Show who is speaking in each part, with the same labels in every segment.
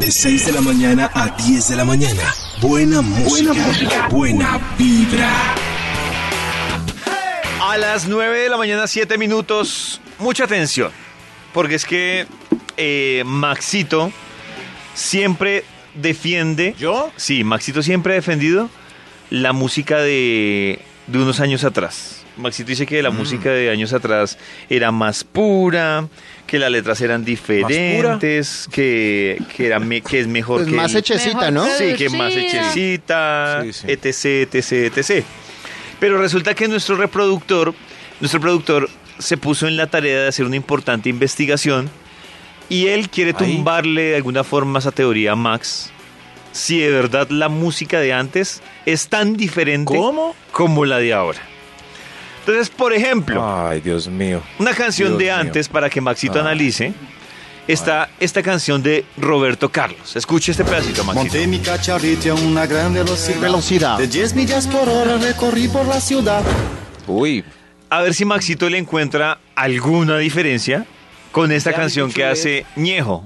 Speaker 1: De 6 de la mañana a 10 de la mañana. Buena música. Buena, música. buena vibra.
Speaker 2: A las 9 de la mañana, 7 minutos. Mucha atención. Porque es que eh, Maxito siempre defiende.
Speaker 3: ¿Yo?
Speaker 2: Sí, Maxito siempre ha defendido la música de, de unos años atrás. Maxito dice que la música de años atrás era más pura, que las letras eran diferentes, que, que, era me- que es mejor
Speaker 4: Pues
Speaker 2: que.
Speaker 4: más
Speaker 2: el-
Speaker 4: hechecita,
Speaker 5: Mejor
Speaker 4: ¿no?
Speaker 5: que-
Speaker 2: Sí, que más
Speaker 5: Producida.
Speaker 2: hechecita,
Speaker 3: Sí, sí.
Speaker 2: etc, etc, etc. Pero resulta que nuestro reproductor, nuestro productor se puso en la tarea de hacer una importante investigación y él quiere tumbarle de alguna forma esa teoría a Max. Si de verdad la música de antes es tan diferente
Speaker 3: ¿Cómo?
Speaker 2: como la de ahora. Entonces, por ejemplo,
Speaker 3: Ay, Dios mío.
Speaker 2: una canción
Speaker 3: Dios
Speaker 2: de
Speaker 3: mío.
Speaker 2: antes para que Maxito
Speaker 3: Ah.
Speaker 2: analice está esta canción de Roberto Carlos. Escuche este pedacito, Maxito.
Speaker 6: Monté mi cacharrete a una gran velocidad.
Speaker 4: Velocidad.
Speaker 6: De 10 millas por hora recorrí por la ciudad.
Speaker 3: Uy,
Speaker 2: A ver si Maxito le encuentra alguna diferencia con esta canción que hace Ñejo.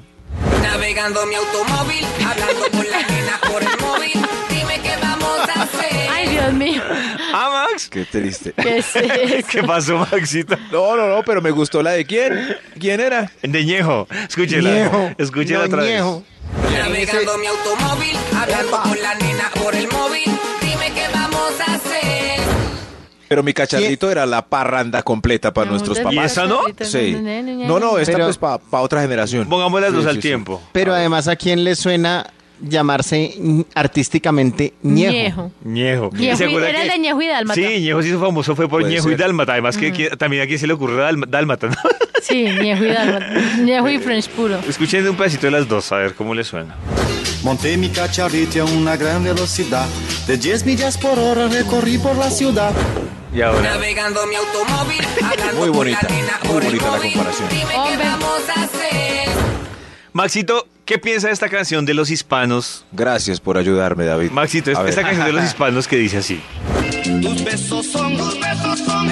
Speaker 7: Navegando mi automóvil, hablando con la nena por el móvil. Dime qué vamos a hacer.
Speaker 5: Ay, Dios mío.
Speaker 2: ¿Ah, Max?
Speaker 3: qué triste.
Speaker 5: ¿Qué es eso?
Speaker 2: ¿Qué pasó, Maxito?
Speaker 3: No, no, no, pero me gustó la de quién. ¿Quién era?
Speaker 2: De Ñejo. Escúchela.
Speaker 4: Ñejo.
Speaker 2: Escúchela
Speaker 4: No,
Speaker 2: otra vez.
Speaker 4: Ñejo.
Speaker 7: Navegando mi automóvil, hablando con la nena por el móvil. Dime qué vamos a hacer.
Speaker 3: Pero mi cacharrito era la parranda completa para
Speaker 5: No,
Speaker 3: nuestros
Speaker 5: de
Speaker 3: papás.
Speaker 2: ¿Y esa no?
Speaker 3: Sí. No, no, esta
Speaker 4: Pero-
Speaker 3: pues para otra generación.
Speaker 2: Pongamos las
Speaker 3: Sí,
Speaker 2: dos
Speaker 3: sí,
Speaker 2: al
Speaker 3: sí.
Speaker 2: tiempo.
Speaker 4: Pero además, ¿a quién le suena llamarse mm, artísticamente Ñejo?
Speaker 5: Ñejo.
Speaker 2: Ñejo.
Speaker 5: Ñejo
Speaker 2: ¿Se
Speaker 5: y-
Speaker 2: acuerda
Speaker 5: era
Speaker 2: que-
Speaker 5: el de Ñejo y Dálmata.
Speaker 2: Sí, Ñejo se hizo famoso, fue por
Speaker 3: Puede
Speaker 2: Ñejo y
Speaker 3: ser.
Speaker 2: Dálmata. Además, que que también aquí se le ocurrió Dálma- Dálmata, ¿no?
Speaker 5: Sí, Ñejo y Dálmata. Ñejo y French puro.
Speaker 2: Escuchen un pedacito de las dos, a ver cómo le suena.
Speaker 6: Monté mi cacharrete a una gran velocidad. De 10 millas por hora recorrí por la ciudad.
Speaker 2: Y ahora.
Speaker 7: Navegando mi automóvil, hablando
Speaker 3: Muy bonita,
Speaker 7: con la nena
Speaker 3: muy
Speaker 7: por el
Speaker 3: bonita la
Speaker 7: móvil.
Speaker 3: comparación.
Speaker 7: Dime qué
Speaker 5: Hombre.
Speaker 7: vamos a hacer.
Speaker 2: Maxito, ¿qué piensa de esta canción de los hispanos?
Speaker 3: Gracias por ayudarme, David.
Speaker 2: Maxito, es-
Speaker 3: A ver.
Speaker 2: esta canción de los hispanos que dice así.
Speaker 8: Tus besos son, tus besos son,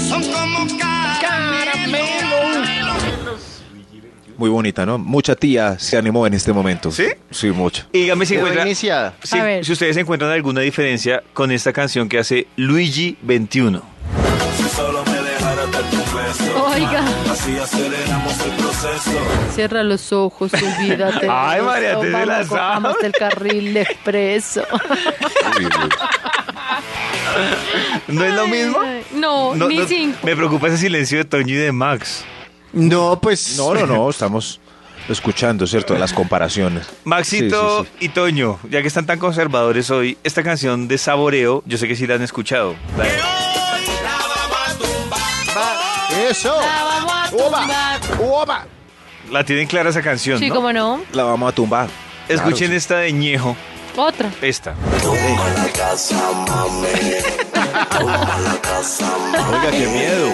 Speaker 8: son como caramelo.
Speaker 3: Muy bonita, ¿no? Mucha tía se animó en este momento.
Speaker 2: ¿Sí?
Speaker 3: Sí, mucho.
Speaker 2: Y dígame si encuentra.
Speaker 4: iniciada.
Speaker 2: Si,
Speaker 5: A ver.
Speaker 2: si ustedes encuentran alguna diferencia con esta canción que hace Luigi 21.
Speaker 5: Oiga. Cierra los ojos, olvídate.
Speaker 2: Ay, María, te se la sabe.
Speaker 5: Vamos, cojamos el carril expreso.
Speaker 2: ¿No es lo mismo?
Speaker 5: Ay, No,
Speaker 2: No,
Speaker 5: ni
Speaker 2: no,
Speaker 5: cinco.
Speaker 2: me preocupa ese silencio de Toño y de Max.
Speaker 4: No, pues.
Speaker 3: No, no, no, estamos escuchando, ¿cierto? Las comparaciones.
Speaker 2: Maxito
Speaker 3: Sí, sí,
Speaker 2: y Toño, ya que están tan conservadores hoy, esta canción de Saboreo, yo sé que sí la han escuchado. La de-
Speaker 4: Eso.
Speaker 5: La vamos a
Speaker 4: Oba.
Speaker 5: tumbar.
Speaker 4: Oba.
Speaker 2: La tienen clara esa canción,
Speaker 5: Sí,
Speaker 2: ¿no?
Speaker 5: cómo no.
Speaker 3: sí. La vamos a tumbar.
Speaker 2: Escuchen
Speaker 3: Claro, sí.
Speaker 2: esta de Ñejo,
Speaker 5: Otra.
Speaker 2: esta.
Speaker 3: Oiga, qué miedo.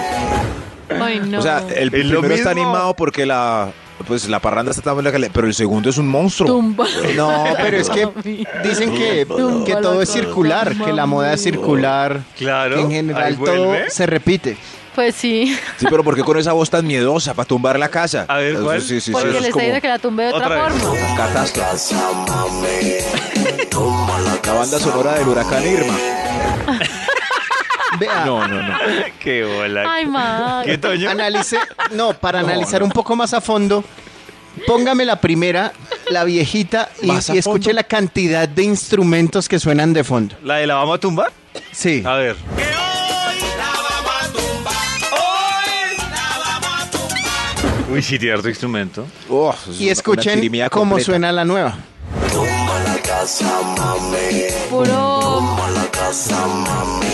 Speaker 5: Ay, no.
Speaker 3: O sea, eh, el
Speaker 2: Es lo
Speaker 3: primero está
Speaker 2: mismo.
Speaker 3: animado porque la pues la parranda está tan buena que le- pero el segundo es un monstruo.
Speaker 5: Tumba.
Speaker 3: eh,
Speaker 4: No, pero es que dicen que, que todo es circular, que la moda es circular.
Speaker 2: Claro,
Speaker 4: Que en
Speaker 2: ahí
Speaker 4: general todo
Speaker 2: vuelve.
Speaker 4: se repite.
Speaker 5: Pues sí,
Speaker 3: Sí, pero ¿por qué con esa voz tan miedosa para tumbar la casa?
Speaker 2: A ver,
Speaker 3: Eso
Speaker 2: ¿cuál?
Speaker 3: Sí, sí, sí,
Speaker 5: porque
Speaker 3: eso
Speaker 5: le
Speaker 3: es
Speaker 5: está diciendo que
Speaker 3: como
Speaker 5: la tumbé de otra,
Speaker 2: Otra vez.
Speaker 5: forma.
Speaker 3: catástrofe. La banda sonora del huracán Irma.
Speaker 4: Vea,
Speaker 3: No, no, no.
Speaker 2: Qué bola.
Speaker 5: Ay, Max.
Speaker 2: ¿Qué Toño?
Speaker 4: analice, no, para analizar un poco más a fondo, póngame la primera, la viejita, y,
Speaker 3: ¿Más a
Speaker 4: y escuche
Speaker 3: fondo?
Speaker 4: la cantidad de instrumentos que suenan de fondo.
Speaker 2: ¿La de la vamos a tumbar?
Speaker 4: Sí.
Speaker 2: A ver. Uy, sí, tiene harto instrumento.
Speaker 3: Oh, es
Speaker 4: Y
Speaker 3: una- una
Speaker 4: escuchen
Speaker 3: chirimía
Speaker 4: cómo
Speaker 3: completa.
Speaker 4: suena la nueva.
Speaker 5: Puro.
Speaker 3: Es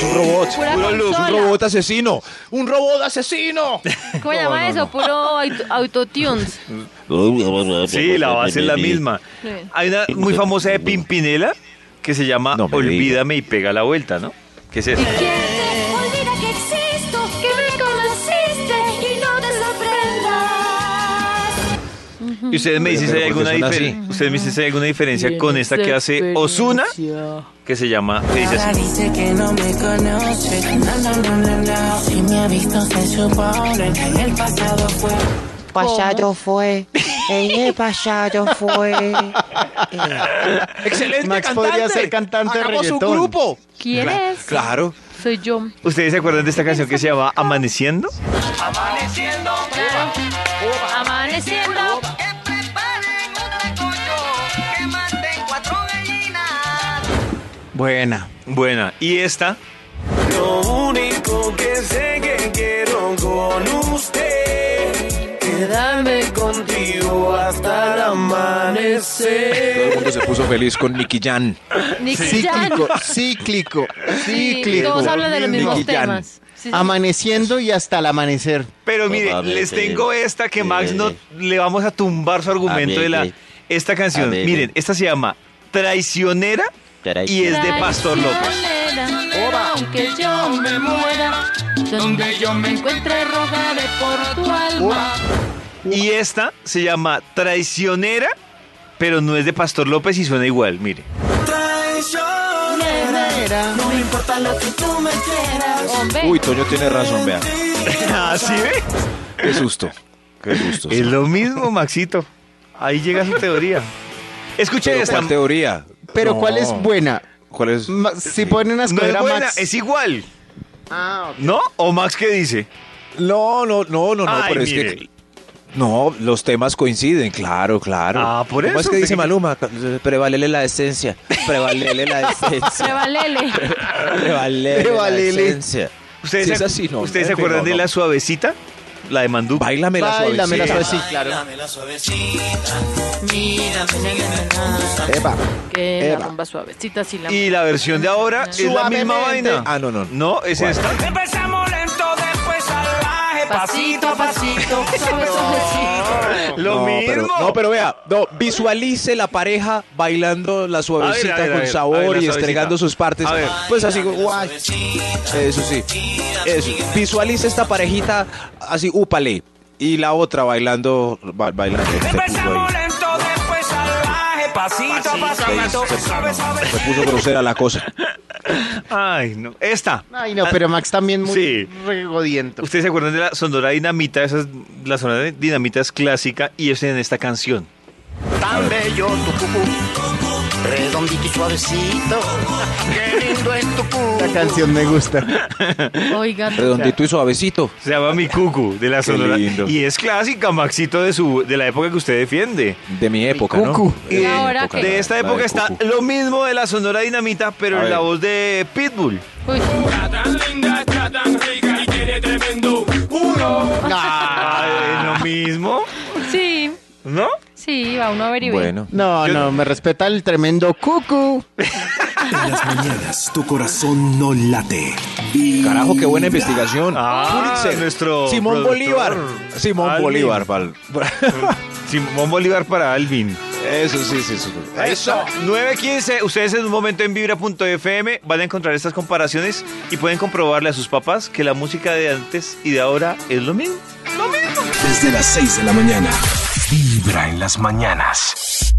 Speaker 3: un robot.
Speaker 5: Pura
Speaker 3: Puro luz, un
Speaker 5: consola.
Speaker 3: robot asesino. Un robot asesino.
Speaker 5: ¿Cómo se llama eso? Puro auto- autotunes.
Speaker 3: Ah, pues,
Speaker 2: Sí, la base es la misma.
Speaker 5: Sí.
Speaker 2: Hay una muy famosa de Pimpinela que se llama
Speaker 3: No me
Speaker 2: Olvídame y pega la vuelta, ¿no? ¿Qué es eso?
Speaker 9: Olvida que existo, que me conociste y no te sorprendas.
Speaker 2: Y ustedes me
Speaker 3: Pero,
Speaker 2: dicen si
Speaker 3: pero,
Speaker 2: hay
Speaker 3: ¿por
Speaker 2: alguna
Speaker 3: qué suena
Speaker 2: diferencia. Ustedes me dicen si hay alguna diferencia con esta que hace Osuna, que se llama. que dice así.
Speaker 7: dice que no me conoce. No, no, no, no, no. Si me ha visto, se supone. En el pasado fue.
Speaker 5: Pasado
Speaker 9: fue.
Speaker 10: El pasado fue.
Speaker 3: ¡Excelente
Speaker 4: Max podría ser cantante de
Speaker 3: ¡Hagamos un
Speaker 4: reggaetón!
Speaker 3: grupo!
Speaker 5: ¿Quién
Speaker 3: Cla-
Speaker 5: es?
Speaker 3: Claro.
Speaker 5: Soy yo.
Speaker 2: ¿Ustedes se acuerdan de esta canción que se llama Amaneciendo?
Speaker 5: Claro. Amaneciendo.
Speaker 8: Que preparen un coño, que maten cuatro gallinas.
Speaker 4: Buena.
Speaker 2: Buena. ¿Y esta?
Speaker 8: Lo único que sé que quiero con usted, quedarme contigo hasta el
Speaker 3: Todo el
Speaker 8: amanecer.
Speaker 3: mundo se puso feliz con Nicky Jan.
Speaker 5: Nick Jan.
Speaker 4: Cíclico, cíclico,
Speaker 5: Sí,
Speaker 4: cíclico.
Speaker 5: todos hablan de los
Speaker 4: Nicky
Speaker 5: mismos
Speaker 3: Jan.
Speaker 5: temas. Sí, sí, sí.
Speaker 4: Amaneciendo y hasta el amanecer.
Speaker 2: Pero mire,
Speaker 11: A ver,
Speaker 2: les
Speaker 11: sí.
Speaker 2: tengo esta que
Speaker 11: Sí,
Speaker 2: Max no
Speaker 11: sí.
Speaker 2: le vamos a tumbar su argumento
Speaker 11: A ver,
Speaker 2: de la
Speaker 11: sí.
Speaker 2: esta canción.
Speaker 11: A ver,
Speaker 2: Miren,
Speaker 11: sí.
Speaker 2: esta se llama Traicionera y es de Pastor López.
Speaker 5: Traicionera, Aunque yo me muera, donde yo me encuentre rogaré por tu alma.
Speaker 2: Y esta se llama Traicionera, pero no es de Pastor López y suena igual, mire.
Speaker 8: No me importa lo que tú me quieras.
Speaker 5: Hombre,
Speaker 3: Uy, Toño tiene razón, vea.
Speaker 2: Así Ah, ve.
Speaker 3: Qué susto. Qué susto.
Speaker 2: Es lo mismo, Maxito. Ahí llega su teoría. Escuchen
Speaker 3: Pero
Speaker 2: esta.
Speaker 3: ¿cuál teoría?
Speaker 4: Pero
Speaker 3: No.
Speaker 4: ¿cuál es buena?
Speaker 3: ¿Cuál es?
Speaker 4: Ma- Si ponen a
Speaker 2: No
Speaker 4: escoger
Speaker 2: es
Speaker 4: a
Speaker 2: buena,
Speaker 4: Max. Ah,
Speaker 2: es igual. ¿No? ¿O Max qué dice?
Speaker 3: No, no, no, no, no,
Speaker 2: Ay,
Speaker 3: pero
Speaker 2: mire.
Speaker 3: es que. No, los temas coinciden, claro, claro.
Speaker 2: Ah, por
Speaker 3: ¿Cómo es
Speaker 2: eso,
Speaker 3: que dice
Speaker 2: usted-
Speaker 3: Maluma? Prevalele la esencia. Prevalele la esencia.
Speaker 5: prevalele.
Speaker 3: Prevalele,
Speaker 4: Prevalele.
Speaker 3: la esencia.
Speaker 2: ¿Ustedes,
Speaker 3: Si
Speaker 2: se-
Speaker 3: es así, no.
Speaker 2: ¿ustedes se
Speaker 3: Pero
Speaker 2: acuerdan
Speaker 3: no,
Speaker 2: de
Speaker 3: no.
Speaker 2: la suavecita? La de Mandú.
Speaker 3: Báilame la
Speaker 4: Báilame la
Speaker 3: suavecita.
Speaker 4: suavecita, claro.
Speaker 8: Dámela suavecita, mírame, sígueme dando.
Speaker 4: Epa.
Speaker 5: Que la
Speaker 4: Eva.
Speaker 5: rumba suavecita sí la
Speaker 2: Y la versión de ahora es la
Speaker 4: Suavemente.
Speaker 2: misma vaina.
Speaker 3: Ah, no, no.
Speaker 2: No, es esta.
Speaker 8: Empezamos lento, después salvaje,
Speaker 5: Pasito a pasito, suave, suavecito.
Speaker 2: Lo
Speaker 3: no,
Speaker 2: mismo.
Speaker 3: Pero, no, pero vea, no, visualice la pareja bailando la suavecita
Speaker 2: A ver, a ver, a
Speaker 3: con
Speaker 2: ver,
Speaker 3: sabor
Speaker 2: a ver, la
Speaker 3: y
Speaker 2: suavecita.
Speaker 3: estregando sus partes.
Speaker 2: A ver.
Speaker 3: Pues así, guay. Eso sí. Eso. Visualice esta parejita así, úpale. Y la otra bailando. ba- bailando.
Speaker 8: Empezamos lento, después salvaje, pasito a pasito, suave, suave.
Speaker 3: Se puso grosera la cosa.
Speaker 2: Ay, no. Esta.
Speaker 4: Ay, no, pero Max también muy
Speaker 2: Sí.
Speaker 4: regodiento.
Speaker 2: ¿Ustedes se acuerdan de la sonora dinamita? Esa es, la sonora de- dinamita es clásica y es en esta canción.
Speaker 8: Tan bello tu cucú, redondito y suavecito, qué lindo es tu cucú.
Speaker 4: La canción me gusta.
Speaker 5: Oiga,
Speaker 3: Redondito y suavecito.
Speaker 2: Se llama Mi Cucu de la sonora.
Speaker 3: lindo.
Speaker 2: Y es clásica, Maxito, de, su, de la época que usted defiende.
Speaker 3: De mi época, ¿no?
Speaker 4: cucu.
Speaker 5: ¿Y
Speaker 3: mi
Speaker 5: ahora
Speaker 3: época,
Speaker 5: qué?
Speaker 3: la-
Speaker 2: De esta
Speaker 3: la
Speaker 2: época
Speaker 3: de
Speaker 2: está
Speaker 3: cucu.
Speaker 2: lo mismo de la sonora dinamita, pero
Speaker 3: A
Speaker 2: en la
Speaker 3: ver.
Speaker 2: voz de Pitbull.
Speaker 5: uy,
Speaker 3: Ah.
Speaker 2: Ay, lo mismo,
Speaker 5: sí,
Speaker 2: ¿no?
Speaker 5: sí, va uno a ver y ve.
Speaker 3: Bueno.
Speaker 4: No, no, me respeta el tremendo cucu.
Speaker 1: En las mañanas tu corazón no late. Vibra.
Speaker 3: Carajo, qué buena investigación.
Speaker 2: Ah,
Speaker 3: Pulitzer.
Speaker 2: nuestro
Speaker 3: Simón
Speaker 2: productor.
Speaker 3: Bolívar. Simón
Speaker 2: Alvin.
Speaker 3: Bolívar. pal.
Speaker 2: Simón Bolívar para Alvin.
Speaker 3: Eso, sí, sí, sí.
Speaker 2: Eso. 9.15. Ustedes en un momento en vibra.fm van a encontrar estas comparaciones y pueden comprobarle a sus papás que la música de antes y de ahora es lo mismo.
Speaker 1: Desde las 6 de la mañana. Vibra en las mañanas.